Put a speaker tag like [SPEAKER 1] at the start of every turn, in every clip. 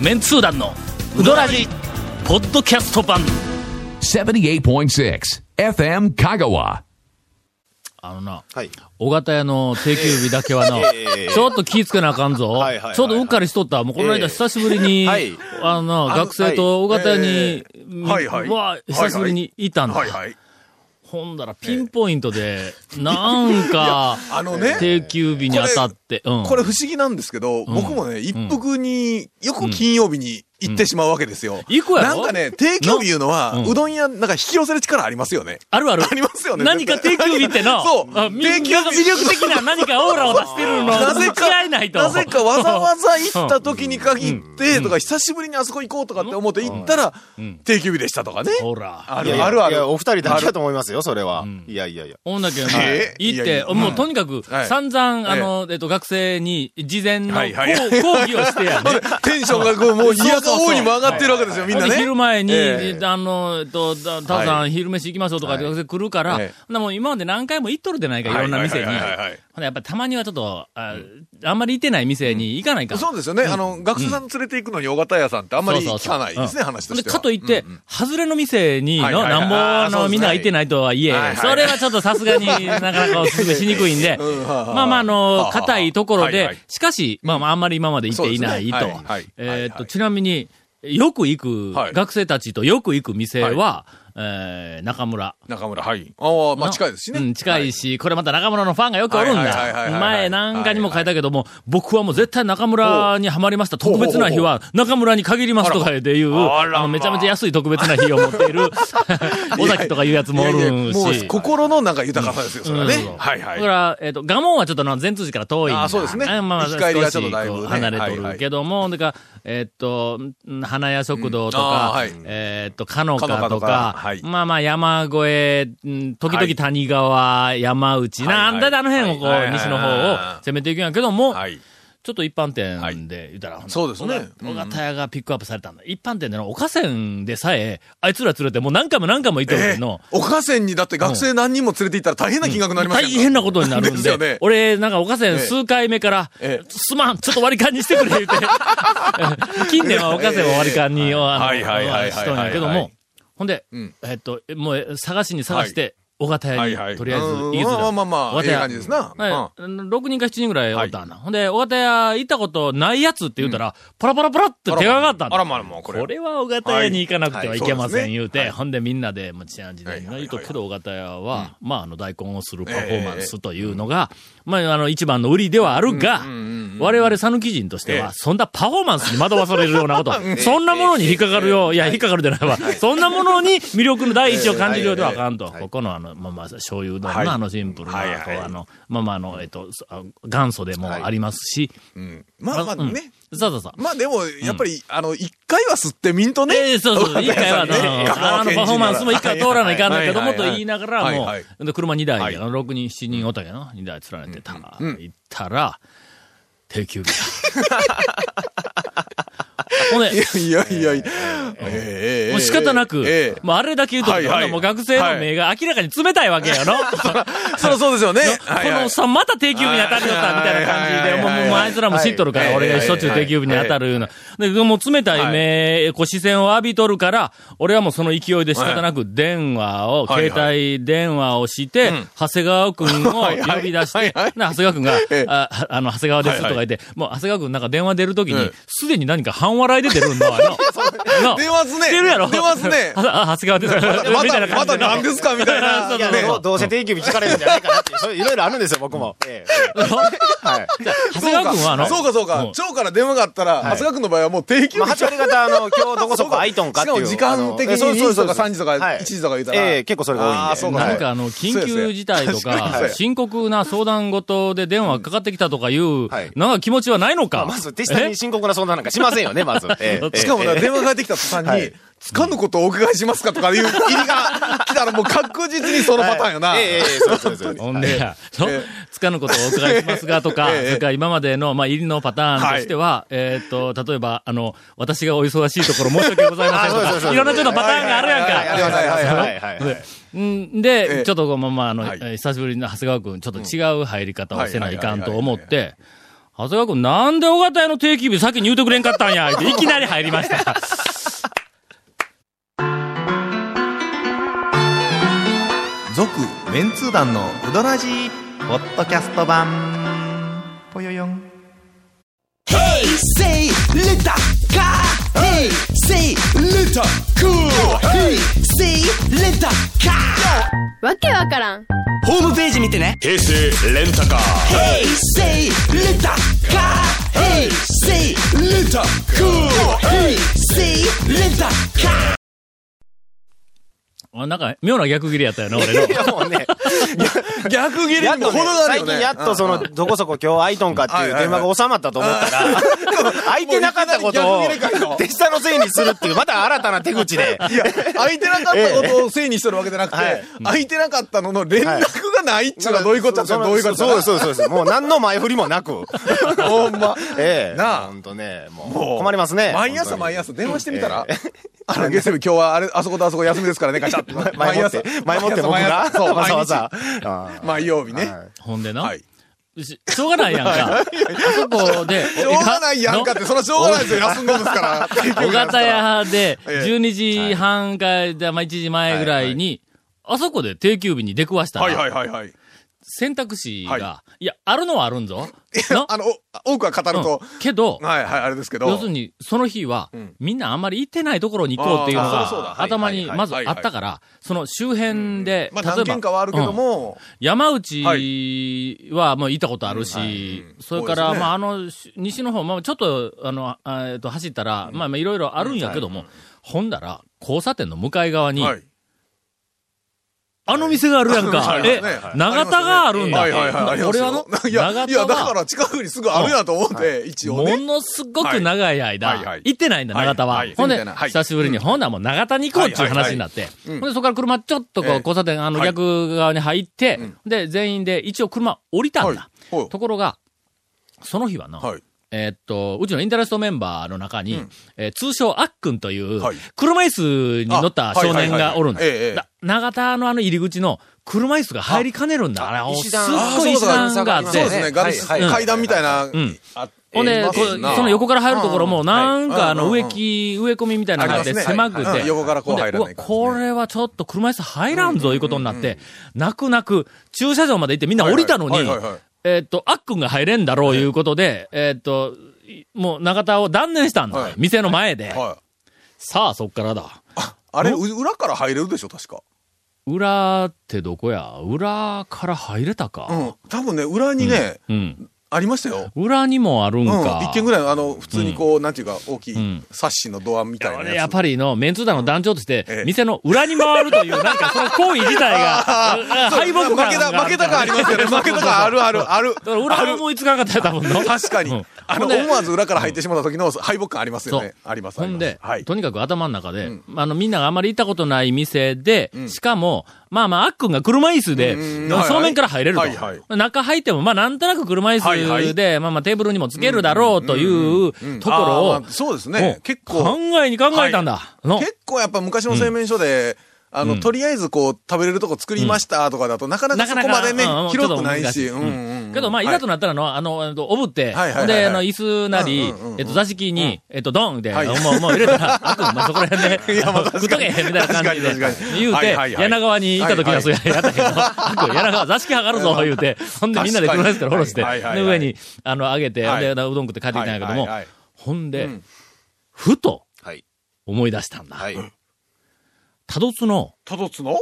[SPEAKER 1] メンツー団のウドラジポッドキャスト版
[SPEAKER 2] 78.6 FM Kagawa.
[SPEAKER 1] あのな
[SPEAKER 3] はい。
[SPEAKER 1] 尾形屋の定休日だけはな、
[SPEAKER 3] ええ
[SPEAKER 1] ちょっと気ぃつけなあかんぞ。
[SPEAKER 3] はいはいはい
[SPEAKER 1] ちょっとうっかりしとった。もうこの間
[SPEAKER 3] ええ
[SPEAKER 1] 久しぶりに、
[SPEAKER 3] はい
[SPEAKER 1] あのな、
[SPEAKER 3] あの
[SPEAKER 1] 学生と尾形屋に、み
[SPEAKER 4] はいはい
[SPEAKER 1] わ久しぶりにいたんだ。
[SPEAKER 4] はいはい。
[SPEAKER 1] ほんだらピンポイントで、なんか、
[SPEAKER 4] あのね、
[SPEAKER 1] 定休日に当たって、うん。
[SPEAKER 4] これ不思議なんですけど、僕もね、一服に、よく金曜日に行ってしまうわけですよ。
[SPEAKER 1] 行くやろ
[SPEAKER 4] なんかね、定休日いうのは、
[SPEAKER 1] うん
[SPEAKER 4] うどん屋、なんか引き寄せる力ありますよね。
[SPEAKER 1] あるある。
[SPEAKER 4] ありますよね
[SPEAKER 1] 何か定休日っての、
[SPEAKER 4] そう
[SPEAKER 1] あみ
[SPEAKER 4] 定休日
[SPEAKER 1] なんか魅力的な何かオーラを出してるの、
[SPEAKER 4] なぜか
[SPEAKER 1] 違いないと。
[SPEAKER 4] なぜかわざわざ行った時に限って、とか、久しぶりにあそこ行こうとかって思って行ったら
[SPEAKER 1] ん、
[SPEAKER 4] 定休日でしたとかね。
[SPEAKER 1] ほら。
[SPEAKER 4] あ
[SPEAKER 3] いやい
[SPEAKER 4] る
[SPEAKER 3] や
[SPEAKER 4] あるあ
[SPEAKER 3] い
[SPEAKER 4] る
[SPEAKER 3] や。お二人だけだと思いますよ、それは。
[SPEAKER 1] ん
[SPEAKER 3] いやいやいや。
[SPEAKER 1] ほんだけどな、
[SPEAKER 4] ええ
[SPEAKER 1] 行っ
[SPEAKER 4] いやい
[SPEAKER 1] て、
[SPEAKER 4] や
[SPEAKER 1] もうとにかく、
[SPEAKER 4] はい
[SPEAKER 1] 散々、あ
[SPEAKER 4] ええ
[SPEAKER 1] の、えっと、学生に、事前のこう
[SPEAKER 4] はいはいはい
[SPEAKER 1] 講義をしてやね。
[SPEAKER 4] テンションがこう、もう、いやが大いにも上がってるわけですよ、 みんな
[SPEAKER 1] ほで
[SPEAKER 4] ね。
[SPEAKER 1] 昼前に、
[SPEAKER 4] ええ
[SPEAKER 1] あの、えっと、だタオさん、
[SPEAKER 4] は
[SPEAKER 1] 昼飯行きましょうとかって
[SPEAKER 4] はい
[SPEAKER 1] 学生来るから、
[SPEAKER 4] ええ
[SPEAKER 1] ほんなもう今まで何回も行っとるでないか、いろんな店に。ほ
[SPEAKER 4] は
[SPEAKER 1] ん
[SPEAKER 4] いはいはいはいはい
[SPEAKER 1] でやっぱたまにはちょっと、ああんまり行ってない店に行かないか。
[SPEAKER 4] そうですよね。あの、学生さん連れて行くのに、尾形屋さんってあんまり聞かないですね、話として
[SPEAKER 1] で
[SPEAKER 4] は。
[SPEAKER 1] かといって、外れの店に、
[SPEAKER 4] はい
[SPEAKER 1] の、
[SPEAKER 4] はいはい
[SPEAKER 1] な
[SPEAKER 4] あー
[SPEAKER 1] んぼ
[SPEAKER 4] そうです
[SPEAKER 1] の
[SPEAKER 4] ね
[SPEAKER 1] みんなが行ってないとはいえ
[SPEAKER 4] はいは、い
[SPEAKER 1] それはちょっとさす がになかなかお勧めしにくいんで、
[SPEAKER 4] うんはあ
[SPEAKER 1] ま
[SPEAKER 4] はあ
[SPEAKER 1] あまあ、あ
[SPEAKER 4] はあ
[SPEAKER 1] の
[SPEAKER 4] は、あ
[SPEAKER 1] 硬いところ
[SPEAKER 4] はいは
[SPEAKER 1] で
[SPEAKER 4] い、
[SPEAKER 1] しかし、まあまあ、あんまり今まで行っていないと
[SPEAKER 4] そうですねはいはい。
[SPEAKER 1] えーっ
[SPEAKER 4] はいは
[SPEAKER 1] と、
[SPEAKER 4] い
[SPEAKER 1] ちなみに、よく行く、
[SPEAKER 4] はい
[SPEAKER 1] 学生たちとよく行く店は、えー中村。
[SPEAKER 4] 中村、はい。ああ、まあ
[SPEAKER 1] な
[SPEAKER 4] 近いですしね。
[SPEAKER 1] うん、近いし、これまた中村のファンがよくおるん
[SPEAKER 4] はいはいはい
[SPEAKER 1] だ
[SPEAKER 4] はい。はい
[SPEAKER 1] 前なんかにも書いたけども、僕はもう絶対中村にはまりました。特別な日は中村に限りますとかでいう、
[SPEAKER 4] あら
[SPEAKER 1] あのめちゃめちゃ安い特別な日を持ってい る、 尾崎とかいうやつもお
[SPEAKER 4] いやい
[SPEAKER 1] る
[SPEAKER 4] や
[SPEAKER 1] し。
[SPEAKER 4] もう心のなんか豊かさですよ、それはね
[SPEAKER 1] うん。
[SPEAKER 4] はいは
[SPEAKER 1] だ
[SPEAKER 4] い
[SPEAKER 1] か。ら、えっ、と、ガモンはちょっとな、前通寺から遠いんだ
[SPEAKER 4] あーそうですね
[SPEAKER 1] あまあ、
[SPEAKER 4] 行き帰りがちょっとだいぶ
[SPEAKER 1] 少しこう
[SPEAKER 4] ね
[SPEAKER 1] 離れとるけども、でか、えっ、と、ん花屋食堂と
[SPEAKER 4] うんあ
[SPEAKER 1] か、
[SPEAKER 4] ーはい
[SPEAKER 1] えっ、と、かのかとか、
[SPEAKER 4] かのかとかはい
[SPEAKER 1] まあまあ、山越え、ん時
[SPEAKER 4] は
[SPEAKER 1] 々
[SPEAKER 4] い
[SPEAKER 1] 谷川、山内、
[SPEAKER 4] はい
[SPEAKER 1] なんだいたいあの辺をこう、
[SPEAKER 4] はいはい
[SPEAKER 1] 西の方を攻めていくんやけども、
[SPEAKER 4] はい。
[SPEAKER 1] ちょっと一般店で言ったら、ほんな
[SPEAKER 4] そうですね
[SPEAKER 1] 小型小型屋がピックアップされたんだ。一般店でのおかせんでさえ、あいつら連れてもう何回も何回も行っ
[SPEAKER 4] え
[SPEAKER 1] てるけ
[SPEAKER 4] え
[SPEAKER 1] ど、
[SPEAKER 4] お母さんにだって学生何人も連れて行ったら大変な金額になります
[SPEAKER 1] 大変なことになるんで、
[SPEAKER 4] ですよね。
[SPEAKER 1] 俺、なんか、おかせん
[SPEAKER 4] ええ
[SPEAKER 1] 数回目から、
[SPEAKER 4] ええ
[SPEAKER 1] すまん、ちょっと割り勘にしてくれ、言うて。 近年はおかせんを割り勘に、あの
[SPEAKER 4] はいはいはいはい
[SPEAKER 1] しとんやけど
[SPEAKER 4] はいはいは
[SPEAKER 1] も
[SPEAKER 4] い、
[SPEAKER 1] ほんで、
[SPEAKER 4] うん
[SPEAKER 1] えっと、もう、探しに探して、尾形屋
[SPEAKER 4] はい
[SPEAKER 1] に、
[SPEAKER 4] はい
[SPEAKER 1] とりあえず、
[SPEAKER 4] う
[SPEAKER 1] 行
[SPEAKER 4] ん
[SPEAKER 1] き
[SPEAKER 4] まあ
[SPEAKER 1] づ
[SPEAKER 4] まあまあ
[SPEAKER 1] 尾形屋
[SPEAKER 4] ええ感じです
[SPEAKER 1] は
[SPEAKER 4] な
[SPEAKER 1] い6人か7人ぐらいおったな。ほんで、尾形屋行ったことないやつって言うたら、パラパラパラって手が上がったんだ
[SPEAKER 4] あらまあらまあ、これ。
[SPEAKER 1] これは尾形屋に行かなくては
[SPEAKER 4] はいい
[SPEAKER 1] けませ
[SPEAKER 4] は
[SPEAKER 1] ん
[SPEAKER 4] い
[SPEAKER 1] 言うて、ほんでみんなで、もちろん時代の
[SPEAKER 4] はいい
[SPEAKER 1] いと
[SPEAKER 4] はいは
[SPEAKER 1] け
[SPEAKER 4] い
[SPEAKER 1] ど尾形屋は、まああの大根をするパフォーマンスというのが、まああの一番の売りではあるが、我々讃岐人として
[SPEAKER 4] え
[SPEAKER 1] は、
[SPEAKER 4] え
[SPEAKER 1] そんなパフォーマンスに惑わされるようなこと、 そんなものに引っかかるよう、いや引っかかるじゃないわ、そんなものに魅力の第一を感じるようではあかんと、ここのあの、まあまあ醤油の
[SPEAKER 4] はい
[SPEAKER 1] あのシンプルな、
[SPEAKER 4] はいはい
[SPEAKER 1] こうあの、まあまああの、えっと、あ元祖でもありますし、
[SPEAKER 4] うんまあまあ
[SPEAKER 1] うん
[SPEAKER 4] ね。
[SPEAKER 1] そうそうそう。
[SPEAKER 4] まあでも、やっぱり、あの、一回は吸ってみんとね。
[SPEAKER 1] ええそう そう、一回は、あ
[SPEAKER 4] ね
[SPEAKER 1] のあのパフォーマンスも一回通らないかんだけども、
[SPEAKER 4] はい
[SPEAKER 1] と
[SPEAKER 4] はいはい
[SPEAKER 1] 言いながら、も、
[SPEAKER 4] はいはいう
[SPEAKER 1] で車2台
[SPEAKER 4] はい
[SPEAKER 1] で、あの6人、7人おったけどな、2台連れてた、行ったら、定休日 だ。ほんで、
[SPEAKER 4] いやいやいや。ええ
[SPEAKER 1] もう仕方なく、
[SPEAKER 4] ええ
[SPEAKER 1] もうあれだけ言うと、
[SPEAKER 4] はい
[SPEAKER 1] ほん
[SPEAKER 4] はい
[SPEAKER 1] ならもう学生の目が明らかに冷たいわけやろ。
[SPEAKER 4] そうそうで すよね。はい
[SPEAKER 1] こ
[SPEAKER 4] はい
[SPEAKER 1] のさ、また定休日に当たるよったみたいな感じ
[SPEAKER 4] は
[SPEAKER 1] で、
[SPEAKER 4] い
[SPEAKER 1] もう、
[SPEAKER 4] はいはい
[SPEAKER 1] もう、あいつらも知っとるから、
[SPEAKER 4] はい
[SPEAKER 1] 俺がしょっちゅう定休日に当たるような。で、もう冷たい目、こう視線を浴びとるから、俺はもうその勢いで仕方なく電話を、
[SPEAKER 4] はい
[SPEAKER 1] 携帯電話をして、長谷川くんを呼び出し
[SPEAKER 4] はい
[SPEAKER 1] て、
[SPEAKER 4] はい
[SPEAKER 1] な長谷川くんが
[SPEAKER 4] ええ、
[SPEAKER 1] あああの、長谷川ですとか言って、もう長谷川くんなんか電話出るときに
[SPEAKER 4] ええ、
[SPEAKER 1] すでに何か半笑いで出てるんだわ よ。な
[SPEAKER 4] 出ますね
[SPEAKER 1] 出るやろ
[SPEAKER 4] 出ま すね
[SPEAKER 1] あ、あ長谷川です。
[SPEAKER 4] ま
[SPEAKER 1] みたいな
[SPEAKER 4] た、
[SPEAKER 1] 感
[SPEAKER 4] ま
[SPEAKER 1] じで
[SPEAKER 4] た
[SPEAKER 1] な
[SPEAKER 4] 何ですかみた
[SPEAKER 1] そ
[SPEAKER 4] いな。
[SPEAKER 1] う
[SPEAKER 3] いや、
[SPEAKER 1] そう
[SPEAKER 3] で
[SPEAKER 1] そう
[SPEAKER 3] もどうせ定休日聞かれるんじゃないかなっていう、そういういろいろあるんですよ、僕も。ええはい。
[SPEAKER 1] 長
[SPEAKER 4] そ
[SPEAKER 1] 谷
[SPEAKER 4] う
[SPEAKER 1] 川くんはあの、
[SPEAKER 4] か、そうか、そう
[SPEAKER 1] うん
[SPEAKER 4] か。長から電話があったら、長谷川君の場合はもう定休
[SPEAKER 3] まあ、8
[SPEAKER 4] 日
[SPEAKER 3] 割方、あの、今日どこそこ空いとんかっていう。
[SPEAKER 4] しかも時間的に
[SPEAKER 3] あのえそうそうそう
[SPEAKER 4] 2時とか3時とか
[SPEAKER 3] はい
[SPEAKER 4] 1時とか言うたら
[SPEAKER 3] ええ結構それが多いんで。
[SPEAKER 4] あーそうか
[SPEAKER 3] は
[SPEAKER 1] ないんかあの、緊急事態と
[SPEAKER 4] そうです
[SPEAKER 1] か、
[SPEAKER 4] ね
[SPEAKER 1] 深刻な相談事で電話かかってきたとかいう
[SPEAKER 3] はい、
[SPEAKER 1] なんか気持ちはないのか。
[SPEAKER 3] まず、手下に深刻な相談なんかしませんよね、 まず。ええ
[SPEAKER 4] しかもな、
[SPEAKER 3] ええ
[SPEAKER 4] 電話が出てきた途
[SPEAKER 3] は
[SPEAKER 4] 端に
[SPEAKER 3] い、
[SPEAKER 4] つかぬことをお伺いしますかとかいう入りが来たらもう確実にそのパターンよな。
[SPEAKER 3] ええええええそうそうそう。
[SPEAKER 1] ほんで、そう
[SPEAKER 4] え
[SPEAKER 1] つかぬことをお伺いしますがとか、
[SPEAKER 4] ええ
[SPEAKER 1] それから今までの、まあ、入りのパターンとしては、えーっと、例えば、あの、私がお忙しいところ申し訳ございません
[SPEAKER 3] あそうそ
[SPEAKER 1] と
[SPEAKER 3] うそ
[SPEAKER 1] か、
[SPEAKER 3] う
[SPEAKER 1] いろんなちょっとパターンがあるやん
[SPEAKER 3] はいはい
[SPEAKER 1] か。
[SPEAKER 3] はいはいはいはい。
[SPEAKER 1] うんで、
[SPEAKER 4] ええ
[SPEAKER 1] ちょっとこうまあまあ、あの、
[SPEAKER 4] はい
[SPEAKER 1] えー久しぶりの長谷川くん、ちょっと違う入り方をせないかんと思って、長谷川君、なんで尾形屋の定期日先に言うてくれんかったん や、っていきなり入りました。
[SPEAKER 5] 続メンツー団のウドラジポッドキャスト版ぽよよん
[SPEAKER 6] Say little car. Hey, say little cool. Hey, say little car.
[SPEAKER 7] わけわからん
[SPEAKER 6] ホームページ見てね。
[SPEAKER 8] 平成レンタカー
[SPEAKER 6] Hey, say little car. Hey, say little cool. Hey, say little car.
[SPEAKER 1] あなんか、妙な逆切れやったよな、俺の。
[SPEAKER 3] や、もうね、
[SPEAKER 4] 逆切
[SPEAKER 3] や
[SPEAKER 4] れ
[SPEAKER 3] っ
[SPEAKER 4] も
[SPEAKER 3] と
[SPEAKER 4] ほ
[SPEAKER 3] ね
[SPEAKER 4] どがある
[SPEAKER 3] 最
[SPEAKER 4] よ
[SPEAKER 3] 近
[SPEAKER 4] ね。
[SPEAKER 3] やっとそ の、どこそこ今日空いとんかっていう電話が収まったと思ったら、 空いてなかったことを
[SPEAKER 4] もういきなり逆切れかよ、
[SPEAKER 3] 手下のせいにするっていう、また新たな手口で。
[SPEAKER 4] いや、空いてなかったことをせいにしとるわけじゃなくて、
[SPEAKER 3] はい
[SPEAKER 4] 空いてなかったのの連絡がないっちゅうのはどういうことだった
[SPEAKER 3] そ
[SPEAKER 4] ら
[SPEAKER 3] の
[SPEAKER 4] どういうことだ
[SPEAKER 3] そうそうそうそう。もう何の前振りもなく。
[SPEAKER 4] ほんま。
[SPEAKER 3] ええ。
[SPEAKER 4] なあ
[SPEAKER 3] ほんとね、も
[SPEAKER 4] も
[SPEAKER 3] う
[SPEAKER 4] う
[SPEAKER 3] 困りますね。
[SPEAKER 4] 毎
[SPEAKER 3] 本
[SPEAKER 4] 朝
[SPEAKER 3] 当に
[SPEAKER 4] 毎朝電話してみたら、あの、月曜日今日はあれ、あそことあそこ休みですからね、ガチャって。
[SPEAKER 3] 前もって、前もって僕
[SPEAKER 4] 毎
[SPEAKER 3] が
[SPEAKER 4] 朝、そう、
[SPEAKER 3] わざわ
[SPEAKER 4] 毎
[SPEAKER 3] ざ
[SPEAKER 4] 日。。
[SPEAKER 3] ああ
[SPEAKER 4] 毎曜日ね。
[SPEAKER 1] ほんでな、
[SPEAKER 4] はい。
[SPEAKER 1] ししょうがないやんか。あそこで、
[SPEAKER 4] しょうがないやんかって、それはしょうがないですよ、 休んどんですから。
[SPEAKER 1] 尾形屋で、
[SPEAKER 4] ええ
[SPEAKER 1] 12時半か、じゃあまあ1時前ぐらいに、あそこで定休日に出くわした
[SPEAKER 4] はいは
[SPEAKER 1] ら、
[SPEAKER 4] いはいはい。
[SPEAKER 1] 選択肢が
[SPEAKER 4] は、
[SPEAKER 1] いや、あるのはあるんぞ。な
[SPEAKER 4] あの、お多くは語ると
[SPEAKER 1] うん、けど、
[SPEAKER 4] はいはい、あれですけど。
[SPEAKER 1] 要するに、その日は、みんなあんまり行ってないところに行こうっていうの
[SPEAKER 4] あーそうだそう
[SPEAKER 1] が、
[SPEAKER 4] だ
[SPEAKER 1] 頭
[SPEAKER 4] はい
[SPEAKER 1] に
[SPEAKER 4] はいはい
[SPEAKER 1] まずあったから、その周辺で、
[SPEAKER 4] まあ何件かはあるけど
[SPEAKER 1] うん
[SPEAKER 4] も、
[SPEAKER 1] 山内はもう行ったことあるし、それか
[SPEAKER 4] そう
[SPEAKER 1] ら、
[SPEAKER 4] ですね
[SPEAKER 1] まあ、あの、し西の方、まあ、ちょっと、あの、あえっと、走ったら、まあ、まあいろいろあるんやけども、ほんだら、交差点の向かい側に、
[SPEAKER 4] はい。
[SPEAKER 1] あの店があるやんか。
[SPEAKER 4] はい
[SPEAKER 1] え
[SPEAKER 4] はいは、い
[SPEAKER 1] 長田があるんだ。
[SPEAKER 4] はいはいはい、あります
[SPEAKER 1] 俺
[SPEAKER 4] よ
[SPEAKER 1] はの、
[SPEAKER 4] いや、
[SPEAKER 1] 長
[SPEAKER 4] いや、
[SPEAKER 1] 田
[SPEAKER 4] だか
[SPEAKER 1] は、
[SPEAKER 4] ら近くにすぐあるやと思って、一応
[SPEAKER 1] も
[SPEAKER 4] ね。
[SPEAKER 1] のすごく長い
[SPEAKER 4] はいはいは
[SPEAKER 1] 間
[SPEAKER 4] い、
[SPEAKER 1] 行ってないんだ、
[SPEAKER 4] はい
[SPEAKER 1] 長田は
[SPEAKER 4] はい。
[SPEAKER 1] ほん
[SPEAKER 4] み
[SPEAKER 1] で
[SPEAKER 4] たいな、はい
[SPEAKER 1] 久しぶりに、ほんならもう長田に行こうっていう話になって。ほんで、そこから車ちょっとこう
[SPEAKER 4] ええ
[SPEAKER 1] 交差点、あの、
[SPEAKER 4] はい
[SPEAKER 1] 逆側に入って、で、全員で一応車降りたんだ。
[SPEAKER 4] はいは
[SPEAKER 1] と
[SPEAKER 4] い
[SPEAKER 1] ころが、その日はな、
[SPEAKER 4] はい。
[SPEAKER 1] えーっと、うちのインタレストメンバーの中に、えー通称あっくんという
[SPEAKER 4] はい、
[SPEAKER 1] 車椅子に乗った少年がおるんだ。
[SPEAKER 4] あはいはいはいええ
[SPEAKER 1] だ長田のあの入り口の車椅子が入りかねるんだ。あれ、す
[SPEAKER 3] 石
[SPEAKER 1] っ
[SPEAKER 3] 段
[SPEAKER 1] ごい石段があって。
[SPEAKER 4] そうですね、ガラス
[SPEAKER 1] はい
[SPEAKER 4] 階段みたいな。
[SPEAKER 1] ん
[SPEAKER 4] あ
[SPEAKER 1] ほんで、こうその横から入るところも、なんかあの
[SPEAKER 4] うんうん
[SPEAKER 1] 植
[SPEAKER 4] うん
[SPEAKER 1] 木、植え込みみたいなのがあって
[SPEAKER 4] ありますね
[SPEAKER 1] 狭く
[SPEAKER 4] はい
[SPEAKER 1] て。
[SPEAKER 4] うん横からこう入らない
[SPEAKER 1] ほんでう
[SPEAKER 4] 感じ
[SPEAKER 1] わ
[SPEAKER 4] ね
[SPEAKER 1] これはちょっと車椅子入らんぞ、いうことになって、泣く泣く駐車場まで行ってみんな降りたのに
[SPEAKER 4] はいはいはいはいはい、
[SPEAKER 1] えーっと、あっくんが入れんだろういうことで、えーっと、いもう中田を断念したん
[SPEAKER 4] は
[SPEAKER 1] だ
[SPEAKER 4] い。
[SPEAKER 1] 店の前で。
[SPEAKER 4] はい。
[SPEAKER 1] さあ、そっからだ。
[SPEAKER 4] あれ、う裏から入れるでしょ、確か。
[SPEAKER 1] 裏ってどこや裏から入れたか。
[SPEAKER 4] うん。多分ね、裏にね、
[SPEAKER 1] うん。
[SPEAKER 4] ありましたよ。
[SPEAKER 1] 裏にもあるん
[SPEAKER 4] うん。
[SPEAKER 1] か。
[SPEAKER 4] 一軒ぐらい、あの、普通にこう、なんていうか、大きい
[SPEAKER 1] ん、
[SPEAKER 4] サッシのドアみたいな
[SPEAKER 1] 俺や
[SPEAKER 4] や
[SPEAKER 1] っ
[SPEAKER 4] つ。
[SPEAKER 1] ぱりの、メンツー団の団長として
[SPEAKER 4] ええ、
[SPEAKER 1] 店の裏に回るという、なんかその行為自体が、ああ敗北
[SPEAKER 4] 負
[SPEAKER 1] 感
[SPEAKER 4] けた、
[SPEAKER 1] が
[SPEAKER 4] 負けた感ありますよね。負けた感あるある、ある。
[SPEAKER 1] だから裏は思いつかなかったよ、多分の。
[SPEAKER 4] 確か
[SPEAKER 1] う
[SPEAKER 4] に
[SPEAKER 1] ん。
[SPEAKER 4] あ
[SPEAKER 1] ほ
[SPEAKER 4] の、
[SPEAKER 1] んで
[SPEAKER 4] 思わず裏から入ってしまった時の敗北感ありますよね。
[SPEAKER 1] そう
[SPEAKER 4] あります、あ
[SPEAKER 1] ほ
[SPEAKER 4] り
[SPEAKER 1] ん
[SPEAKER 4] ます
[SPEAKER 1] で、
[SPEAKER 4] はい。
[SPEAKER 1] とにかく頭の中で、あの、みんながあまり行ったことない店で、しかも、まあまあ、あっくんが車椅子で、
[SPEAKER 4] うん
[SPEAKER 1] の
[SPEAKER 4] はいはい
[SPEAKER 1] 正面から入れると。
[SPEAKER 4] はいはい
[SPEAKER 1] 中入っても、まあ、なんとなく車椅子で、
[SPEAKER 4] はい
[SPEAKER 1] まあまあ、テーブルにもつけるだろうというところを、
[SPEAKER 4] あーまあそうです
[SPEAKER 1] う
[SPEAKER 4] ね
[SPEAKER 1] ん。
[SPEAKER 4] 結
[SPEAKER 1] 考
[SPEAKER 4] 構、
[SPEAKER 1] えに考えたんだ。の
[SPEAKER 4] 結構やっぱ昔の製麺所で、あの、とりあえずこう、食べれるとこ作りましたとかだと、なかなかそこまで
[SPEAKER 1] なか
[SPEAKER 4] ね
[SPEAKER 1] なかうん、
[SPEAKER 4] 広くない
[SPEAKER 1] ち
[SPEAKER 4] し。
[SPEAKER 1] ょっ
[SPEAKER 4] う
[SPEAKER 1] と
[SPEAKER 4] ん
[SPEAKER 1] 難しい
[SPEAKER 4] うん
[SPEAKER 1] けど、まあ、いざとなったらの、あの、えっとおぶって、
[SPEAKER 4] はいはいはい
[SPEAKER 1] ほんで、あの、椅子なり
[SPEAKER 4] うんうんうん、うん
[SPEAKER 1] えっと、座敷に、えっと、ドンで、
[SPEAKER 4] はい
[SPEAKER 1] もう、もう入れた ら、あくん、まあ、そこら辺で、
[SPEAKER 4] いやまあ確かに
[SPEAKER 1] 食っとけみたいな感じで
[SPEAKER 4] 確かに確か、に
[SPEAKER 1] 言う
[SPEAKER 4] は
[SPEAKER 1] て
[SPEAKER 4] いはい、はい
[SPEAKER 1] 柳川に行った時
[SPEAKER 4] はいは
[SPEAKER 1] はいそうややったけど、あくん、柳川座敷上がるぞ、 言うて、ほんで、みんなで車椅子から下ろして、
[SPEAKER 4] はいはいはい
[SPEAKER 1] で、上に、あの、上げて、ほんで、
[SPEAKER 4] は
[SPEAKER 1] うどん食って帰ってきたんやけど
[SPEAKER 4] はい
[SPEAKER 1] も
[SPEAKER 4] はいはい、
[SPEAKER 1] ほんで
[SPEAKER 4] ん、
[SPEAKER 1] ふと
[SPEAKER 3] はい、
[SPEAKER 1] 思い出したんだ。
[SPEAKER 3] はい。
[SPEAKER 1] 多度津の、
[SPEAKER 4] トドツの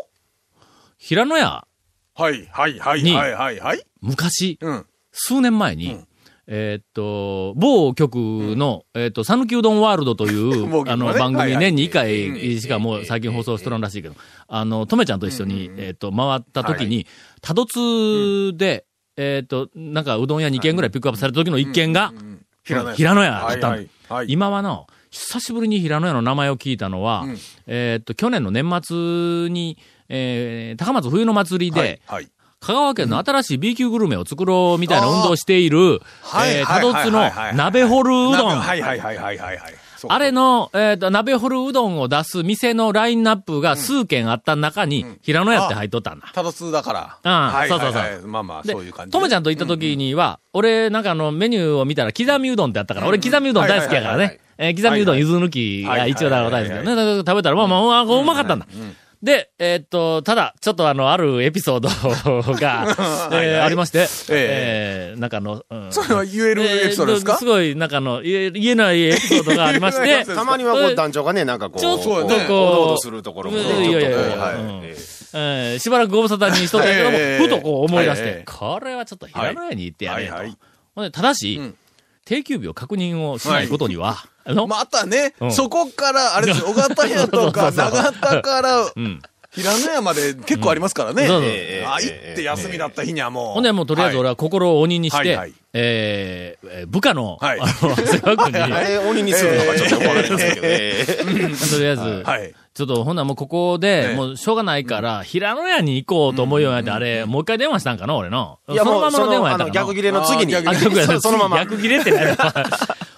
[SPEAKER 1] 平野屋、
[SPEAKER 4] はい、はい、はい
[SPEAKER 1] に
[SPEAKER 4] はい、はい、はい。
[SPEAKER 1] 昔、
[SPEAKER 4] うん。
[SPEAKER 1] 数年前に、えーっと、某局の、えーっと、讃岐うどんワールドという、
[SPEAKER 4] 某局
[SPEAKER 1] あ
[SPEAKER 4] のね
[SPEAKER 1] の、番
[SPEAKER 4] はい
[SPEAKER 1] 組
[SPEAKER 4] はい
[SPEAKER 1] 年に1回しかもう最近放送してるらしいけど、あの、とめちゃんと一緒に、えーっと、回った時に、多度津で、えーっと、なんかうどん屋2軒ぐらいピックアップされた時の1軒が、
[SPEAKER 4] 平野屋。
[SPEAKER 1] 平野屋だった
[SPEAKER 4] は
[SPEAKER 1] んだ
[SPEAKER 4] い。、はい。
[SPEAKER 1] 今はな、久しぶりに平野屋の名前を聞いたのは、えーっと、去年の年末に、えー高松冬の祭りで、
[SPEAKER 4] はい、はい。
[SPEAKER 1] 香川県の新しい B 級グルメを作ろうみたいな運動をしている、
[SPEAKER 4] はい
[SPEAKER 1] えー、
[SPEAKER 4] は
[SPEAKER 1] 多
[SPEAKER 4] い
[SPEAKER 1] 度津の
[SPEAKER 4] はいはいはい
[SPEAKER 1] 鍋ホルうどん。
[SPEAKER 4] はい、はい、はい、はい、はい。そうか
[SPEAKER 1] あれの、えっ、と、鍋掘るうどんを出す店のラインナップが数件あった中に、平野屋って入っとったんだ。
[SPEAKER 4] ただ通だから。
[SPEAKER 1] ああ
[SPEAKER 4] はい
[SPEAKER 1] そうそうそう
[SPEAKER 4] はいはいまあまあ、
[SPEAKER 1] で、
[SPEAKER 4] そういう感じ。
[SPEAKER 1] ともちゃんと行った時には、俺、なんかあの、メニューを見たら、刻みうどんってあったから、俺、刻みうどん大好きやから
[SPEAKER 4] はいはいはいはい
[SPEAKER 1] ね。えー刻みうどん、ゆず抜きが一応だろう大好きだよね。だから食べたら、まあまあ、うまうまかったんだ。で、えーっと、ただ、ちょっとあの、あるエピソー ドが、えーありまして、えーなんかあの、うん
[SPEAKER 4] それは言えるエピソードです
[SPEAKER 1] えー
[SPEAKER 4] か
[SPEAKER 1] っとごい、なんかあの、言え言えないエピソードがありまし
[SPEAKER 4] 言えない
[SPEAKER 1] て
[SPEAKER 4] エピ、ソード
[SPEAKER 3] たまにはこう団長がね、なんかこう、
[SPEAKER 1] ちょっとこう
[SPEAKER 3] おどおどするところもね、
[SPEAKER 1] い
[SPEAKER 3] ちょ
[SPEAKER 1] やい
[SPEAKER 3] っとこう
[SPEAKER 1] やいや
[SPEAKER 3] はい
[SPEAKER 1] うんえーしばらくご無沙汰にしとったけども、
[SPEAKER 4] ええ
[SPEAKER 1] ふとこう思い出して
[SPEAKER 4] ええ、
[SPEAKER 1] これはちょっと平野屋に行ってやれよと。
[SPEAKER 4] はいはい
[SPEAKER 1] ほんでただし、
[SPEAKER 4] ん
[SPEAKER 1] 定休日を確認をしないことには、 あの、
[SPEAKER 4] またね
[SPEAKER 1] う、ん
[SPEAKER 4] そこから、あれです よ、小型屋とか、
[SPEAKER 1] そうそうそう
[SPEAKER 4] 長田から、
[SPEAKER 1] ん
[SPEAKER 4] 平野屋まで結構ありますから
[SPEAKER 1] う
[SPEAKER 4] ね。
[SPEAKER 1] んそうそう
[SPEAKER 4] ええあ、行って休みだった日にはもう。
[SPEAKER 1] ほんでもうとりあえず
[SPEAKER 4] はい
[SPEAKER 1] 俺は心を鬼にして、
[SPEAKER 4] はいはい
[SPEAKER 1] えーえー部下の、
[SPEAKER 4] はい
[SPEAKER 1] あの、汗ばくに、
[SPEAKER 3] あれ、鬼にするのがちょっとわかりますけどね。
[SPEAKER 1] とりあえず、
[SPEAKER 4] はい。
[SPEAKER 1] ちょっとほんならもうここで、
[SPEAKER 4] ええ
[SPEAKER 1] もうしょうがないから、平野屋に行こうと思うようになって、あれ、もう一回電話したんかな、俺の。
[SPEAKER 3] いや、
[SPEAKER 1] その
[SPEAKER 3] も
[SPEAKER 1] ま
[SPEAKER 3] う、
[SPEAKER 1] ま
[SPEAKER 3] そ
[SPEAKER 1] の電
[SPEAKER 3] の、
[SPEAKER 1] 話や
[SPEAKER 3] あ
[SPEAKER 1] った
[SPEAKER 3] の、
[SPEAKER 1] んかな。
[SPEAKER 3] 逆切れの次に、
[SPEAKER 4] あー
[SPEAKER 1] あ逆や
[SPEAKER 3] そそのまま。
[SPEAKER 1] 逆切れってなる。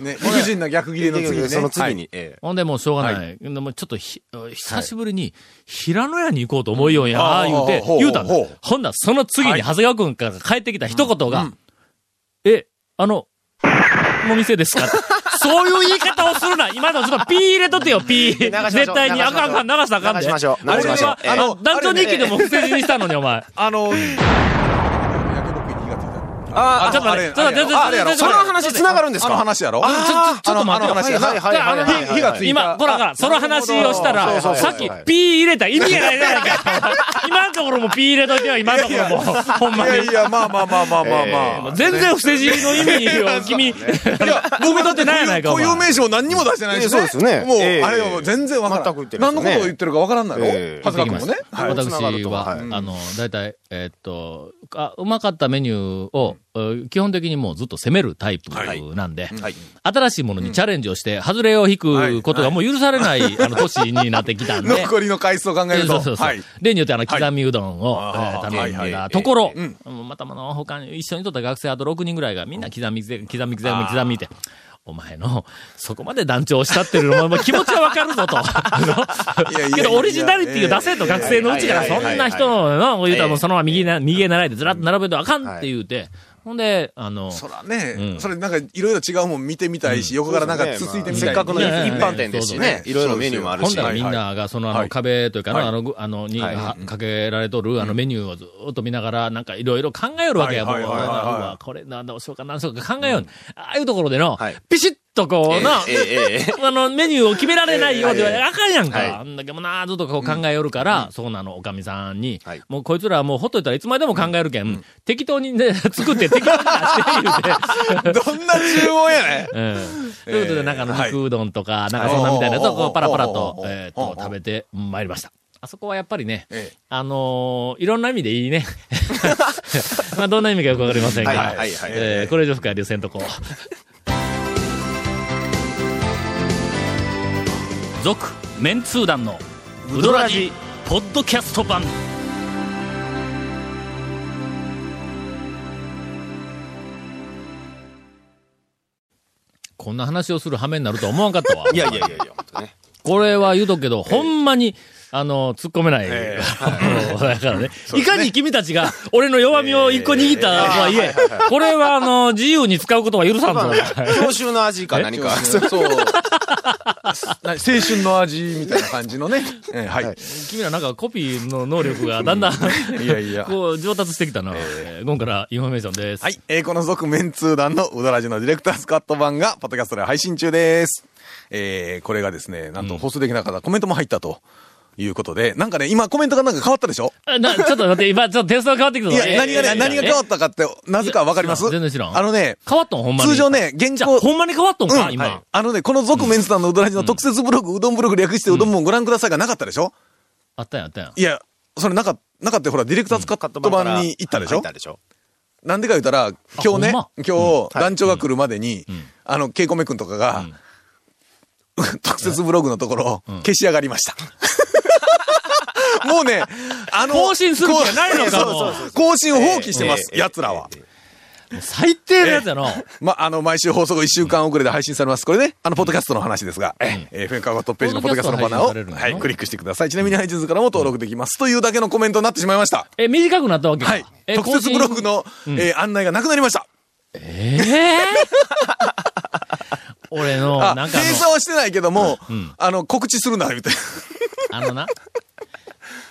[SPEAKER 4] ね、理不尽な逆切れの次ね。
[SPEAKER 3] その次に、ええ
[SPEAKER 1] ほんで、もうしょうがない。でもちょっとひ、久しぶりに、平野屋に行こうと思うよんや、ああ、
[SPEAKER 4] うん
[SPEAKER 1] 言うて
[SPEAKER 4] ほうほう、
[SPEAKER 1] 言うたんだ
[SPEAKER 4] ほう。
[SPEAKER 1] ほんならその次に、長谷川くんから帰ってきた一言が、え、あの、この店です かそういう言い方をするな今のちょっとピー入れとってよ、ピ
[SPEAKER 3] 流しましょ
[SPEAKER 1] ー。
[SPEAKER 3] う
[SPEAKER 1] 絶対に、
[SPEAKER 3] 流しましょ
[SPEAKER 1] あ
[SPEAKER 3] う
[SPEAKER 1] かんあかん、流したらあかんで。
[SPEAKER 3] 流しましょう
[SPEAKER 1] 俺
[SPEAKER 3] 流しましょう
[SPEAKER 1] は
[SPEAKER 3] ええ
[SPEAKER 1] あの、団長日記でも不正にしたのに、お前。
[SPEAKER 4] あの、薬僕に火がついた。
[SPEAKER 1] あ、ちょっと待って、ちょっと待って、ちょっと
[SPEAKER 4] あれや
[SPEAKER 1] 待
[SPEAKER 4] ろ
[SPEAKER 1] って、ち
[SPEAKER 3] そ
[SPEAKER 1] ょっ
[SPEAKER 3] の
[SPEAKER 1] と待って
[SPEAKER 3] 話繋がるんです
[SPEAKER 4] あ
[SPEAKER 3] か
[SPEAKER 4] の話やろ
[SPEAKER 1] ちょちょちょっと待ってよ。
[SPEAKER 4] あの話や
[SPEAKER 3] はいはいはいはいはい。
[SPEAKER 4] 火がつい
[SPEAKER 1] 今、ほらほら、その話をした
[SPEAKER 3] な
[SPEAKER 1] ら、
[SPEAKER 3] るほど
[SPEAKER 1] さっき
[SPEAKER 3] そうそうそう、
[SPEAKER 1] ピー入れた意味がないじゃない か。今のところもピー入れといてよ、今のところも。ほんま
[SPEAKER 4] いや
[SPEAKER 1] に
[SPEAKER 4] い。や、まあまあまあまあまあまあ。
[SPEAKER 1] 全然不正尻の意味を君、
[SPEAKER 4] いや、
[SPEAKER 1] 僕だってないやないか。お
[SPEAKER 4] 固有
[SPEAKER 1] 前
[SPEAKER 4] 名詞も何にも出してないし、
[SPEAKER 3] ええそうですね
[SPEAKER 4] もう、
[SPEAKER 3] ええ
[SPEAKER 4] あれはもう全然わからん。
[SPEAKER 3] 全く言ってないです
[SPEAKER 4] 何
[SPEAKER 3] ね
[SPEAKER 4] のことを言ってるかわからんだろ
[SPEAKER 3] ええ
[SPEAKER 4] 長谷川君もね。
[SPEAKER 1] はい
[SPEAKER 3] つながる
[SPEAKER 1] 私
[SPEAKER 3] とは
[SPEAKER 1] は
[SPEAKER 3] は、い
[SPEAKER 1] あの、大体、えーっと、あうまかったメニューを、えー基本的にもうずっと攻めるタイプなんで、新しいものにチャレンジをして、外れを引くことがもう許されない、あの、年になってきたんで。
[SPEAKER 4] 残りの回数を考える
[SPEAKER 1] そ
[SPEAKER 4] と。
[SPEAKER 1] うそうそう。
[SPEAKER 4] はい。
[SPEAKER 1] 例によって、あの、刻みうどんを、
[SPEAKER 4] はい
[SPEAKER 1] えー
[SPEAKER 4] あー
[SPEAKER 1] 頼
[SPEAKER 4] は
[SPEAKER 1] ん
[SPEAKER 4] いは
[SPEAKER 1] だ
[SPEAKER 4] い
[SPEAKER 1] ところ、
[SPEAKER 4] ええ
[SPEAKER 1] うんまたまの、他に一緒にとった学生あと6人ぐらいがみんな刻み、刻み、刻み、刻み、刻みって。お前の、そこまで団長をしたってるのも、まあ気持ちはわかるぞ と。あ
[SPEAKER 4] いやいやい
[SPEAKER 1] の
[SPEAKER 4] や
[SPEAKER 1] けど、オリジナリティを出せと、
[SPEAKER 4] ええ
[SPEAKER 1] 学生のうちから、
[SPEAKER 4] ええ
[SPEAKER 1] そんな人の、の言うたらもうそのまま右な、右へ習いでずらっと並べるとあかんって言うて、ほんで、あの、
[SPEAKER 4] そらね、
[SPEAKER 1] うん
[SPEAKER 4] それなんかいろいろ違うもん見てみたいし、横からなんかつついてみたい、
[SPEAKER 3] せっかくの一
[SPEAKER 1] いやいやいや
[SPEAKER 3] 般店ですし
[SPEAKER 4] そうで
[SPEAKER 3] ね。
[SPEAKER 4] すね
[SPEAKER 3] いろいろメニューもある
[SPEAKER 1] 本
[SPEAKER 3] し。
[SPEAKER 1] 来みんながそのあの壁というかな
[SPEAKER 4] はい
[SPEAKER 1] あの、ぐあの、に
[SPEAKER 3] はい
[SPEAKER 1] はかけられとるあのメニューをずっと見ながら、なんかいろいろ考えよるわけや、
[SPEAKER 4] は
[SPEAKER 1] 僕
[SPEAKER 4] い
[SPEAKER 1] は。
[SPEAKER 4] はいはいはいはいう
[SPEAKER 1] わこれなんだ、どうしようかな、どうしようか考えよう。ああいうところでの
[SPEAKER 3] はい、
[SPEAKER 1] ピシッとこうな、
[SPEAKER 3] ええええええ
[SPEAKER 1] あの、メニューを決められないようではあかんやん
[SPEAKER 3] はい
[SPEAKER 1] か。あんだけもな、ずっとこう考えよるから、そうなの、おかみさんに
[SPEAKER 3] はい、
[SPEAKER 1] もうこいつらはもうほっといたらいつまでも考えるけん、適当にね、 作って適当に出して言うて。
[SPEAKER 4] どんな注文やね
[SPEAKER 1] うんということで、なんかあの
[SPEAKER 4] はい
[SPEAKER 1] 肉うどんとか、なんかそんなみたいなやつをこ
[SPEAKER 4] お
[SPEAKER 1] う
[SPEAKER 4] う
[SPEAKER 1] パラパラ
[SPEAKER 4] お
[SPEAKER 1] と
[SPEAKER 4] う、おう
[SPEAKER 1] えっ
[SPEAKER 4] おう
[SPEAKER 1] と
[SPEAKER 4] お、う
[SPEAKER 1] 食べてまいりました。あそこはやっぱりね
[SPEAKER 4] ええ、
[SPEAKER 1] あのー、いろんな意味でいいね。 まあ、どんな意味かよくわかりません
[SPEAKER 3] はいは
[SPEAKER 1] が
[SPEAKER 3] い、はいはい
[SPEAKER 1] えーこれ以上深い流線とこう。続、メンツー団の、ウドラジ、ポッドキャスト版。こんな話をする羽目になるとは思わんかったわ。
[SPEAKER 3] いやいやいやいや、本当ね。
[SPEAKER 1] これは言うとくけど、ほんまに、あの、突っ込めない。だから ね。いかに君たちが、俺の弱みを一個握ったとはいえ、これは、あの、自由に使うことは許さんぞ。
[SPEAKER 3] 教習の味か 何か。
[SPEAKER 4] そう。 な青春の味みたいな感じのね。ええはい。
[SPEAKER 1] 君らなんかコピーの能力がだんだん、
[SPEAKER 4] いやいや
[SPEAKER 1] こう、上達してきたな。えーゴンからインフォメーションです。
[SPEAKER 4] はい。えーこの続面通談のうどらじのディレクタースカット版が、ポッドキャストで配信中です。えーこれがですね、なんと放送できなかったコメントも入ったということで、なんかね、今コメントがなんか変わったでしょ
[SPEAKER 1] あなちょっと待って、今、ちょっとテストが変わってきた
[SPEAKER 4] い
[SPEAKER 1] ぞ
[SPEAKER 4] や、
[SPEAKER 1] えー
[SPEAKER 4] 何がね、何が変わったかって、なぜかわかります
[SPEAKER 1] 知らん全然知らん
[SPEAKER 4] あのね、
[SPEAKER 1] 変わったんほんまに。
[SPEAKER 4] 通常ね、原
[SPEAKER 1] じゃあ、
[SPEAKER 4] 稿、
[SPEAKER 1] ほんまに変わったんか、今。
[SPEAKER 4] あのね、この続メンツさんのうどらじの特設ブログ、うどんブログ略してうどんもご覧くださいがなかったでしょ
[SPEAKER 1] あったんや、あったんや。
[SPEAKER 4] いや、それなかっ、なかったよほら、ディレクターズカット版に行ったでし
[SPEAKER 3] 入
[SPEAKER 4] ょ
[SPEAKER 3] ったでしょ。
[SPEAKER 4] なんでか言ったら、今日ね、
[SPEAKER 1] ほんま
[SPEAKER 4] 今日、団長が来るまでに、あの、ケイコメ君とかが、 特設ブログのところ、消し上がりました。 もうね、あの、
[SPEAKER 1] 更新する気がないのかも
[SPEAKER 4] そうそうそう更新を放棄してます、
[SPEAKER 3] ええ
[SPEAKER 4] 奴らは。
[SPEAKER 1] もう最低のやつやの。
[SPEAKER 4] まあ、あの、毎週放送後1週間遅れで配信されます。これね、あの、ポッドキャストの話ですが、ええー、FM カゴトップページのポッドキャストのバナー
[SPEAKER 1] ポッドキャスト
[SPEAKER 4] を、
[SPEAKER 1] が配信さ
[SPEAKER 4] は
[SPEAKER 1] れるのよ
[SPEAKER 4] い、クリックしてください。ちなみに iTunes からも登録できます。というだけのコメントになってしまいました。
[SPEAKER 1] え、短くなったわけか
[SPEAKER 4] はい。
[SPEAKER 1] え、
[SPEAKER 4] 特設ブログの、えー案内がなくなりました。
[SPEAKER 1] ええ 俺の、
[SPEAKER 4] あ、
[SPEAKER 1] なんか
[SPEAKER 4] 閉鎖はしてないけども、
[SPEAKER 1] ん
[SPEAKER 4] あの、告知するな、みたい
[SPEAKER 1] あの、あのな、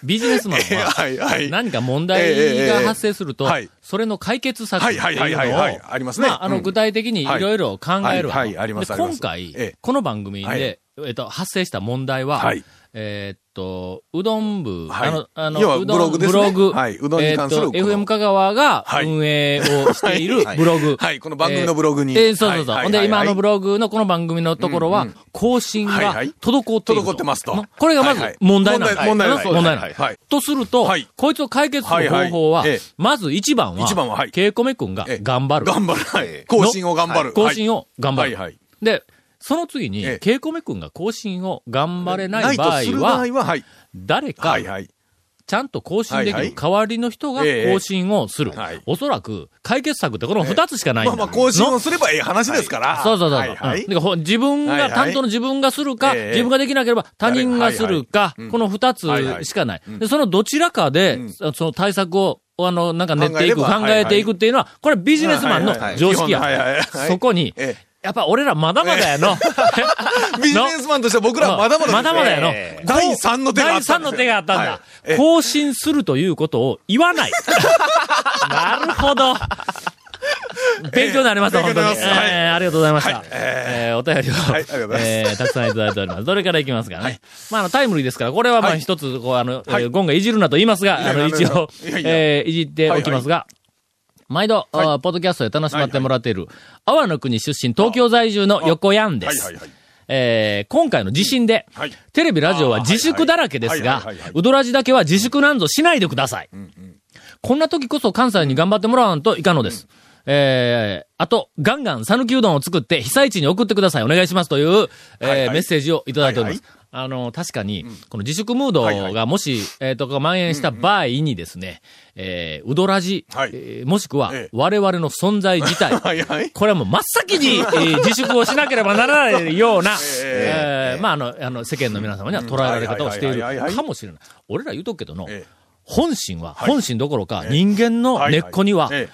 [SPEAKER 1] ビジネスマン
[SPEAKER 4] な。
[SPEAKER 1] は、
[SPEAKER 4] はい、はい。
[SPEAKER 1] 何か問
[SPEAKER 4] えええ
[SPEAKER 1] 題
[SPEAKER 4] ええ
[SPEAKER 1] が
[SPEAKER 4] え
[SPEAKER 1] 発生すると
[SPEAKER 4] はい、
[SPEAKER 1] それの解決策っていうのを、
[SPEAKER 4] はいはいはいはいはいありますね
[SPEAKER 1] あ、あの、
[SPEAKER 4] うん
[SPEAKER 1] 具体的にいろいろ考えるわ
[SPEAKER 4] はいはいあります
[SPEAKER 1] で
[SPEAKER 4] ありま
[SPEAKER 1] 今
[SPEAKER 4] す
[SPEAKER 1] 回
[SPEAKER 4] ええ、
[SPEAKER 1] この番組
[SPEAKER 4] はい
[SPEAKER 1] で、えっと、発生した問題は
[SPEAKER 4] はい、
[SPEAKER 1] えーっと、うどん部、
[SPEAKER 4] はい
[SPEAKER 1] あの、あ
[SPEAKER 4] 要は
[SPEAKER 1] の、うどん
[SPEAKER 4] ブログですね
[SPEAKER 1] ブログ
[SPEAKER 4] はいうどんに関する
[SPEAKER 1] えーっと、
[SPEAKER 4] この
[SPEAKER 1] FM 香川が
[SPEAKER 4] はい
[SPEAKER 1] 運営をしているブログ。
[SPEAKER 4] はいこの番組のブログに
[SPEAKER 1] えーえーそうそうそう。
[SPEAKER 4] はい
[SPEAKER 1] ほんで、今
[SPEAKER 4] はいは
[SPEAKER 1] の
[SPEAKER 4] い
[SPEAKER 1] ブログのこの番組のところは、更新
[SPEAKER 4] はい
[SPEAKER 1] が
[SPEAKER 4] はい
[SPEAKER 1] 滞っていると
[SPEAKER 4] 滞ってますと
[SPEAKER 1] のこれがま
[SPEAKER 4] はいは
[SPEAKER 1] ず
[SPEAKER 4] い
[SPEAKER 1] 問題なんだ
[SPEAKER 4] 問題問題ない
[SPEAKER 1] 問題な
[SPEAKER 4] はいいはい。
[SPEAKER 1] とすると、
[SPEAKER 4] はい
[SPEAKER 1] こいつを解決する方法は、
[SPEAKER 4] はいはいええ
[SPEAKER 1] まず一番は、
[SPEAKER 4] 一番ははい
[SPEAKER 1] ケイコメ君が
[SPEAKER 4] ええ
[SPEAKER 1] 頑張る。
[SPEAKER 4] 頑張る。はい。 更新を頑張る。
[SPEAKER 1] 更新
[SPEAKER 4] を
[SPEAKER 1] を頑張
[SPEAKER 4] はい
[SPEAKER 1] る。
[SPEAKER 4] はい。
[SPEAKER 1] で、その次に、
[SPEAKER 4] ええ
[SPEAKER 1] ケイコメ君が更新を頑張れな
[SPEAKER 4] ないい
[SPEAKER 1] 場
[SPEAKER 4] と
[SPEAKER 1] 合
[SPEAKER 4] する場合
[SPEAKER 1] は、
[SPEAKER 4] は、はい。
[SPEAKER 1] 誰か
[SPEAKER 4] はい、はい。
[SPEAKER 1] ちゃんと更新できる
[SPEAKER 4] はいはい
[SPEAKER 1] 代わりの人が
[SPEAKER 4] ええ
[SPEAKER 1] 更新をする
[SPEAKER 4] はい。
[SPEAKER 1] おそらく、解決策ってこの二つしかないん
[SPEAKER 4] ま
[SPEAKER 1] だ。
[SPEAKER 4] あまあ、更新をすればええ話ですから。
[SPEAKER 1] そうそうそうそう。
[SPEAKER 4] はいは
[SPEAKER 1] う
[SPEAKER 4] い
[SPEAKER 1] ん。だからほ自分
[SPEAKER 4] はいは
[SPEAKER 1] が、
[SPEAKER 4] い
[SPEAKER 1] 担当の自分がするか、
[SPEAKER 4] ええ
[SPEAKER 1] 自分ができなければ他人がするか、
[SPEAKER 4] 誰はいはいうん
[SPEAKER 1] この二つ
[SPEAKER 4] はいはい
[SPEAKER 1] しかない。で、そのどちらかで、
[SPEAKER 4] うん
[SPEAKER 1] その対策を、あの、なんか練っていく、考
[SPEAKER 4] 考えれ
[SPEAKER 1] え
[SPEAKER 4] ば
[SPEAKER 1] ていくっていうのは、これビジネスマンの
[SPEAKER 4] はいはいはい
[SPEAKER 1] 常識や
[SPEAKER 4] 基本のはいはい。はい
[SPEAKER 1] そこに
[SPEAKER 4] え、
[SPEAKER 1] やっぱ俺らまだまだやの。
[SPEAKER 4] ビジネスマンとしては僕らはまだまだですね。
[SPEAKER 1] まだまだやの
[SPEAKER 4] ええ第3の手があ
[SPEAKER 1] 第
[SPEAKER 4] った
[SPEAKER 1] 三
[SPEAKER 4] んですよ。
[SPEAKER 1] の手があったんだ
[SPEAKER 4] はいええ。
[SPEAKER 1] 更新するということを言わ ない。なるほど。勉強になりました、
[SPEAKER 4] ええ
[SPEAKER 1] 本当に。
[SPEAKER 4] 勉強になりますはい
[SPEAKER 1] ええありがとうございました。え
[SPEAKER 4] え
[SPEAKER 1] えお便りを、
[SPEAKER 4] いありがとうございます
[SPEAKER 1] ええたくさんいただいております。どれからいきますかね。まあ、あの、タイムリーですから、これはまあ
[SPEAKER 4] はい
[SPEAKER 1] 一つ、こう、あの、え
[SPEAKER 4] はい
[SPEAKER 1] ーゴンがいじるなと言いますが、
[SPEAKER 4] や
[SPEAKER 1] あの、
[SPEAKER 4] なるほど
[SPEAKER 1] 一応、
[SPEAKER 4] いやいや
[SPEAKER 1] ええいじっておきますが、毎度、あーポッドキャストで楽しまってもらっている、阿波の国出身、東京在住の横やんで
[SPEAKER 4] はい
[SPEAKER 1] す
[SPEAKER 4] はいはい。
[SPEAKER 1] えー今回の地震で、
[SPEAKER 4] はい
[SPEAKER 1] テレビ、ラジオは自粛だらけです
[SPEAKER 4] あー
[SPEAKER 1] が
[SPEAKER 4] はいはいはいはいはい、
[SPEAKER 1] ウドラジだけは自粛なんぞしないでください。こんな時こそ関西に頑張ってもらわんといかんのです。えー、あと、ガンガン讃岐うどんを作って被災地に送ってください。お願いしますという、えー
[SPEAKER 4] はいはい
[SPEAKER 1] メッセージをいただいております。
[SPEAKER 4] は
[SPEAKER 1] あの、確かに、この自粛ムード
[SPEAKER 4] はいは
[SPEAKER 1] がもし、えーと、蔓延した場合にですね、えー、うどらじ、
[SPEAKER 4] はい
[SPEAKER 1] えーもしくは
[SPEAKER 4] ええ、
[SPEAKER 1] 我々の存在自体、
[SPEAKER 4] はいはい。
[SPEAKER 1] これはもう真っ先 に、えー自粛をしなければならないような、えーまあ、あの、あの、世間の皆様には捉えられ方をしている
[SPEAKER 4] はいはいはいはいはい
[SPEAKER 1] かもしれない。俺ら言うとくけどの、
[SPEAKER 4] ええ
[SPEAKER 1] 本心は、
[SPEAKER 4] い
[SPEAKER 1] 本心どころか、人間の根っこには、
[SPEAKER 4] え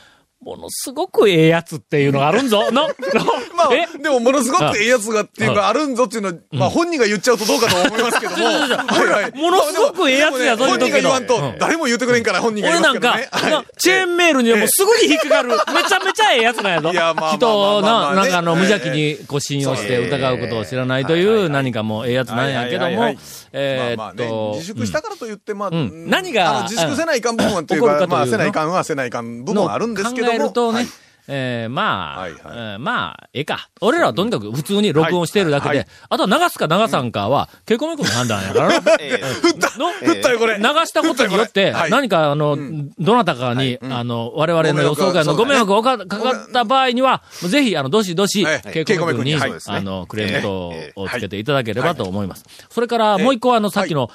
[SPEAKER 1] ものすごくええやつっていうのがあるんぞ、の、の、
[SPEAKER 4] え まあ
[SPEAKER 1] え、
[SPEAKER 4] でもものすごくええやつがっていうか、あるんぞっていうのは、まあ本人が言っちゃうとどうかと思います けども。はいはい
[SPEAKER 1] ものすごくええやつやぞ
[SPEAKER 4] でもね
[SPEAKER 1] 言うとくけど
[SPEAKER 4] 本人が言わんと、誰も言うてくれんから本人が言
[SPEAKER 1] 俺
[SPEAKER 4] いま
[SPEAKER 1] なん
[SPEAKER 4] すけ
[SPEAKER 1] か、
[SPEAKER 4] どね。はい
[SPEAKER 1] なチェーンメールにはもうすぐに引っか かる、めちゃめちゃええやつなんやぞ。
[SPEAKER 4] いやまあまあ
[SPEAKER 1] 人を
[SPEAKER 4] まあまあま
[SPEAKER 1] な、
[SPEAKER 4] あね
[SPEAKER 1] なんかあの、
[SPEAKER 4] ええ
[SPEAKER 1] 無邪気にこう信用して疑うことを知らないという、何かもうええやつなんやけど
[SPEAKER 4] はいは
[SPEAKER 1] も
[SPEAKER 4] いはいはい、
[SPEAKER 1] え
[SPEAKER 4] ま
[SPEAKER 1] ー
[SPEAKER 4] あまあ
[SPEAKER 1] っ
[SPEAKER 4] ね、
[SPEAKER 1] と、
[SPEAKER 4] 自粛したからといって、まあ、
[SPEAKER 1] ん
[SPEAKER 4] うん
[SPEAKER 1] 何が
[SPEAKER 4] あの自粛せないかん部分というか、
[SPEAKER 1] うん起こるかというの
[SPEAKER 4] まあ、せないかんはせないかん部分はあるんですけども。
[SPEAKER 1] 考えるとね、
[SPEAKER 4] はい
[SPEAKER 1] えーまあ、
[SPEAKER 4] はいはい
[SPEAKER 1] えーまあ、ええか。俺らはとにかく普通に録音しているだけで、
[SPEAKER 4] はいはい
[SPEAKER 1] あとは流すか流さんかは、ケコメ君の判断やからな。
[SPEAKER 4] 振った、
[SPEAKER 1] の
[SPEAKER 4] 振ったよ、これ。
[SPEAKER 1] 流したことによって、
[SPEAKER 4] はい
[SPEAKER 1] 何か、あの、どなたかに、あの、我々の予想外のご
[SPEAKER 4] ご
[SPEAKER 1] 迷
[SPEAKER 4] 迷
[SPEAKER 1] 惑
[SPEAKER 4] 惑
[SPEAKER 1] がかかった場合には、ぜひ、あの、どしどし
[SPEAKER 4] はい、
[SPEAKER 1] ケイコメ君に、
[SPEAKER 4] ケイコメ君にはい
[SPEAKER 1] あの、クレーム等
[SPEAKER 5] え
[SPEAKER 1] をつけていただければと思います。それから、もう一個は、あの、さっきの、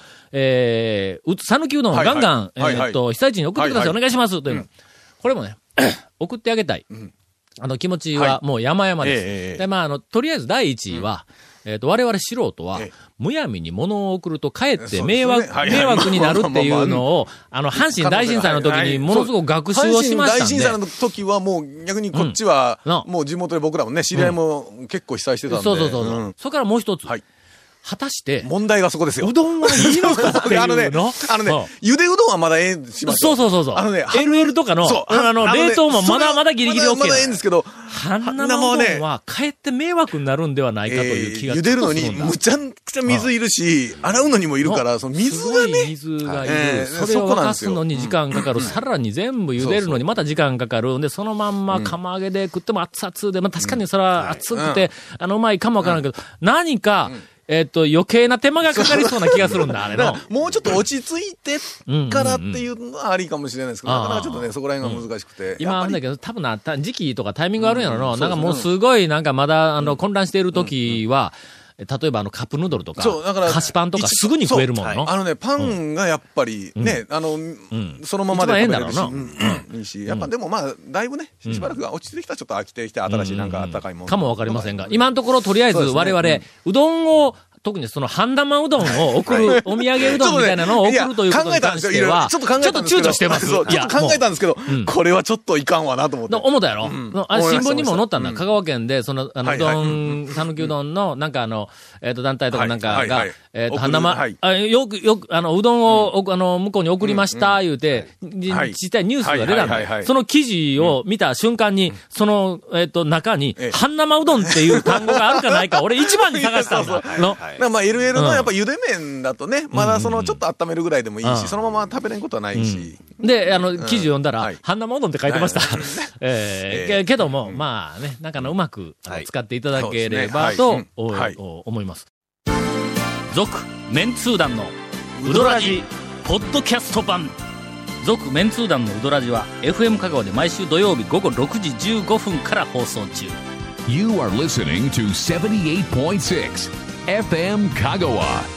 [SPEAKER 1] えー、うつ、さぬきうどんをガンガン、
[SPEAKER 4] はいはいはいはい
[SPEAKER 1] えーっと、被災地に送ってください、
[SPEAKER 4] はいはい
[SPEAKER 1] お願いします、というのこれもね、 送ってあげたい。あの、気持ちはもう山々です。
[SPEAKER 4] ええええ
[SPEAKER 1] で、まあ、あの、とりあえず第一位は、えっ、と、我々素人は、
[SPEAKER 4] ええ
[SPEAKER 1] むやみに物を送るとかえって
[SPEAKER 4] そうですね
[SPEAKER 1] 迷惑、
[SPEAKER 4] はい
[SPEAKER 1] 迷惑になるっていうのを、あの、阪神大震災の時にものすごく学習をしましたんで。
[SPEAKER 4] 阪神大震災の時はもう逆にこっちは
[SPEAKER 1] うんな、
[SPEAKER 4] もう地元で僕らもね、知り合いも結構被災してたんで。
[SPEAKER 1] そうそうそう。うそれからもう一つ。
[SPEAKER 4] はい
[SPEAKER 1] 果たして、
[SPEAKER 4] 問題がそこですよ。
[SPEAKER 1] うどんはいいのかっていうの
[SPEAKER 4] あのね、あのね、ゆでうどんはまだええします
[SPEAKER 1] そうそうそうそう。
[SPEAKER 4] あのね、は
[SPEAKER 1] LL とかの、
[SPEAKER 4] そう
[SPEAKER 1] あの、
[SPEAKER 4] ね
[SPEAKER 1] 冷凍もま
[SPEAKER 4] それ
[SPEAKER 1] だ
[SPEAKER 4] は
[SPEAKER 1] まだギリギリ OK
[SPEAKER 4] まだまだええんですけど、
[SPEAKER 1] あんなもんは、かえって迷惑になるんではないかという気が
[SPEAKER 4] えー茹でるのに、
[SPEAKER 1] ちょっとすんだ
[SPEAKER 4] むちゃくちゃ水いるし、洗うのにもいるから、その水が
[SPEAKER 1] すごい
[SPEAKER 4] ね、
[SPEAKER 1] 水がいる。
[SPEAKER 4] ええ
[SPEAKER 1] それを
[SPEAKER 4] そ
[SPEAKER 1] 沸
[SPEAKER 4] こなん
[SPEAKER 1] か
[SPEAKER 4] です
[SPEAKER 1] す
[SPEAKER 4] よ
[SPEAKER 1] のに時間かかる。さらに全部茹でるのにまた時間かかる。んで、そのまんま釜揚げで食っても熱々で、まあ確かにそれは熱くて、あの、うまいかもわからんけど、何か、えっと、余計な手間がかかりそうな気がするんだ、あれ
[SPEAKER 4] だ
[SPEAKER 1] の
[SPEAKER 4] か。らもうちょっと落ち着いてからっていうのはありかもしれないですけど、
[SPEAKER 1] うんうん
[SPEAKER 4] な
[SPEAKER 1] うん
[SPEAKER 4] かなかちょっとね、そこら辺が難しくて。
[SPEAKER 1] 今あるんだ
[SPEAKER 4] け
[SPEAKER 1] けど、多分な、た時期とかタイミングあるんやろの、
[SPEAKER 4] うん
[SPEAKER 1] なんかもう
[SPEAKER 4] そうです
[SPEAKER 1] すごい、なんかまだ、あの、混乱している時は、例えばあのカップヌードルとか、
[SPEAKER 4] そうだから
[SPEAKER 1] 菓子パンとか
[SPEAKER 4] 一
[SPEAKER 1] すぐに食えるものの。
[SPEAKER 4] あのね、パンがやっぱりね、あの、そのままで食べれるし、
[SPEAKER 1] 一番ええ
[SPEAKER 4] うんうんいいし、やっぱでもまあ、だいぶね、しばらくは落ち着いてきたらちょっと飽きてきて、新しいなんかあったかいもの。
[SPEAKER 1] かもわかりませんが、今のところとりあえず
[SPEAKER 4] そうです
[SPEAKER 1] 我
[SPEAKER 4] ね
[SPEAKER 1] 々、うどんを、特にその半玉うどんを送る、お土産うどんみたいなのを
[SPEAKER 4] ちょっ
[SPEAKER 1] 送ると
[SPEAKER 4] と
[SPEAKER 1] いう
[SPEAKER 4] ね
[SPEAKER 1] ことに関しては、
[SPEAKER 4] いや考えたんですよいろいろちょっと考えたん
[SPEAKER 1] ちょ
[SPEAKER 4] ですけ
[SPEAKER 1] っ
[SPEAKER 4] ど
[SPEAKER 1] と躊躇してます。
[SPEAKER 4] そうちょっと考えたんですけど
[SPEAKER 1] うん、
[SPEAKER 4] これはちょっといかんわなと思って
[SPEAKER 1] の。思ったやろ、あ
[SPEAKER 4] 思い
[SPEAKER 1] 新
[SPEAKER 4] ました
[SPEAKER 1] 聞にも載ったんだ。
[SPEAKER 4] 思いました
[SPEAKER 1] 香川県で、その、あの、
[SPEAKER 4] は
[SPEAKER 1] う
[SPEAKER 4] いはい
[SPEAKER 1] どん、讃岐うどんの、なんかあの、えっ、と、団体とかなん
[SPEAKER 4] は
[SPEAKER 1] か
[SPEAKER 4] い
[SPEAKER 1] が
[SPEAKER 4] はいはい、
[SPEAKER 1] えっ、と、
[SPEAKER 4] 送
[SPEAKER 1] 半
[SPEAKER 4] る
[SPEAKER 1] 生、
[SPEAKER 4] はい
[SPEAKER 1] あ、よく、よく、あの、うどんを、おあの、向こうに送りました、言うて、じ
[SPEAKER 4] はい
[SPEAKER 1] 実際ニュースが出たん
[SPEAKER 4] はいはいはいは
[SPEAKER 1] だ。
[SPEAKER 4] い
[SPEAKER 1] その記事を見た瞬間に、その、えっ、と、中に
[SPEAKER 4] ええ、
[SPEAKER 1] 半生うどんっていう単語があるかないか、俺一番に探 したんだ。の、
[SPEAKER 4] だからまあ LL
[SPEAKER 1] うん
[SPEAKER 4] のやっぱ茹で麺だとね、まだそのちょっと温めるぐらいでもいい
[SPEAKER 1] うん
[SPEAKER 4] し、そのまま食べれんことはないし。
[SPEAKER 1] で、あの、記事読んだら、
[SPEAKER 4] はい
[SPEAKER 1] 半生うどんって書いてました。 えーけ
[SPEAKER 4] え
[SPEAKER 1] けども、まあね、なんかのうまくあの
[SPEAKER 5] はい
[SPEAKER 1] 使っていただけれ
[SPEAKER 4] そう
[SPEAKER 1] ば
[SPEAKER 4] ですねは
[SPEAKER 1] と
[SPEAKER 4] い、
[SPEAKER 1] お
[SPEAKER 4] はい
[SPEAKER 1] お思います。続、メンツー団のウドラジ、ポッドキャスト版。続、メンツー団のウドラジは、FM 香川で毎週土曜日午後6時15分から放送中。
[SPEAKER 2] You are listening to 78.6 FM Kagawa.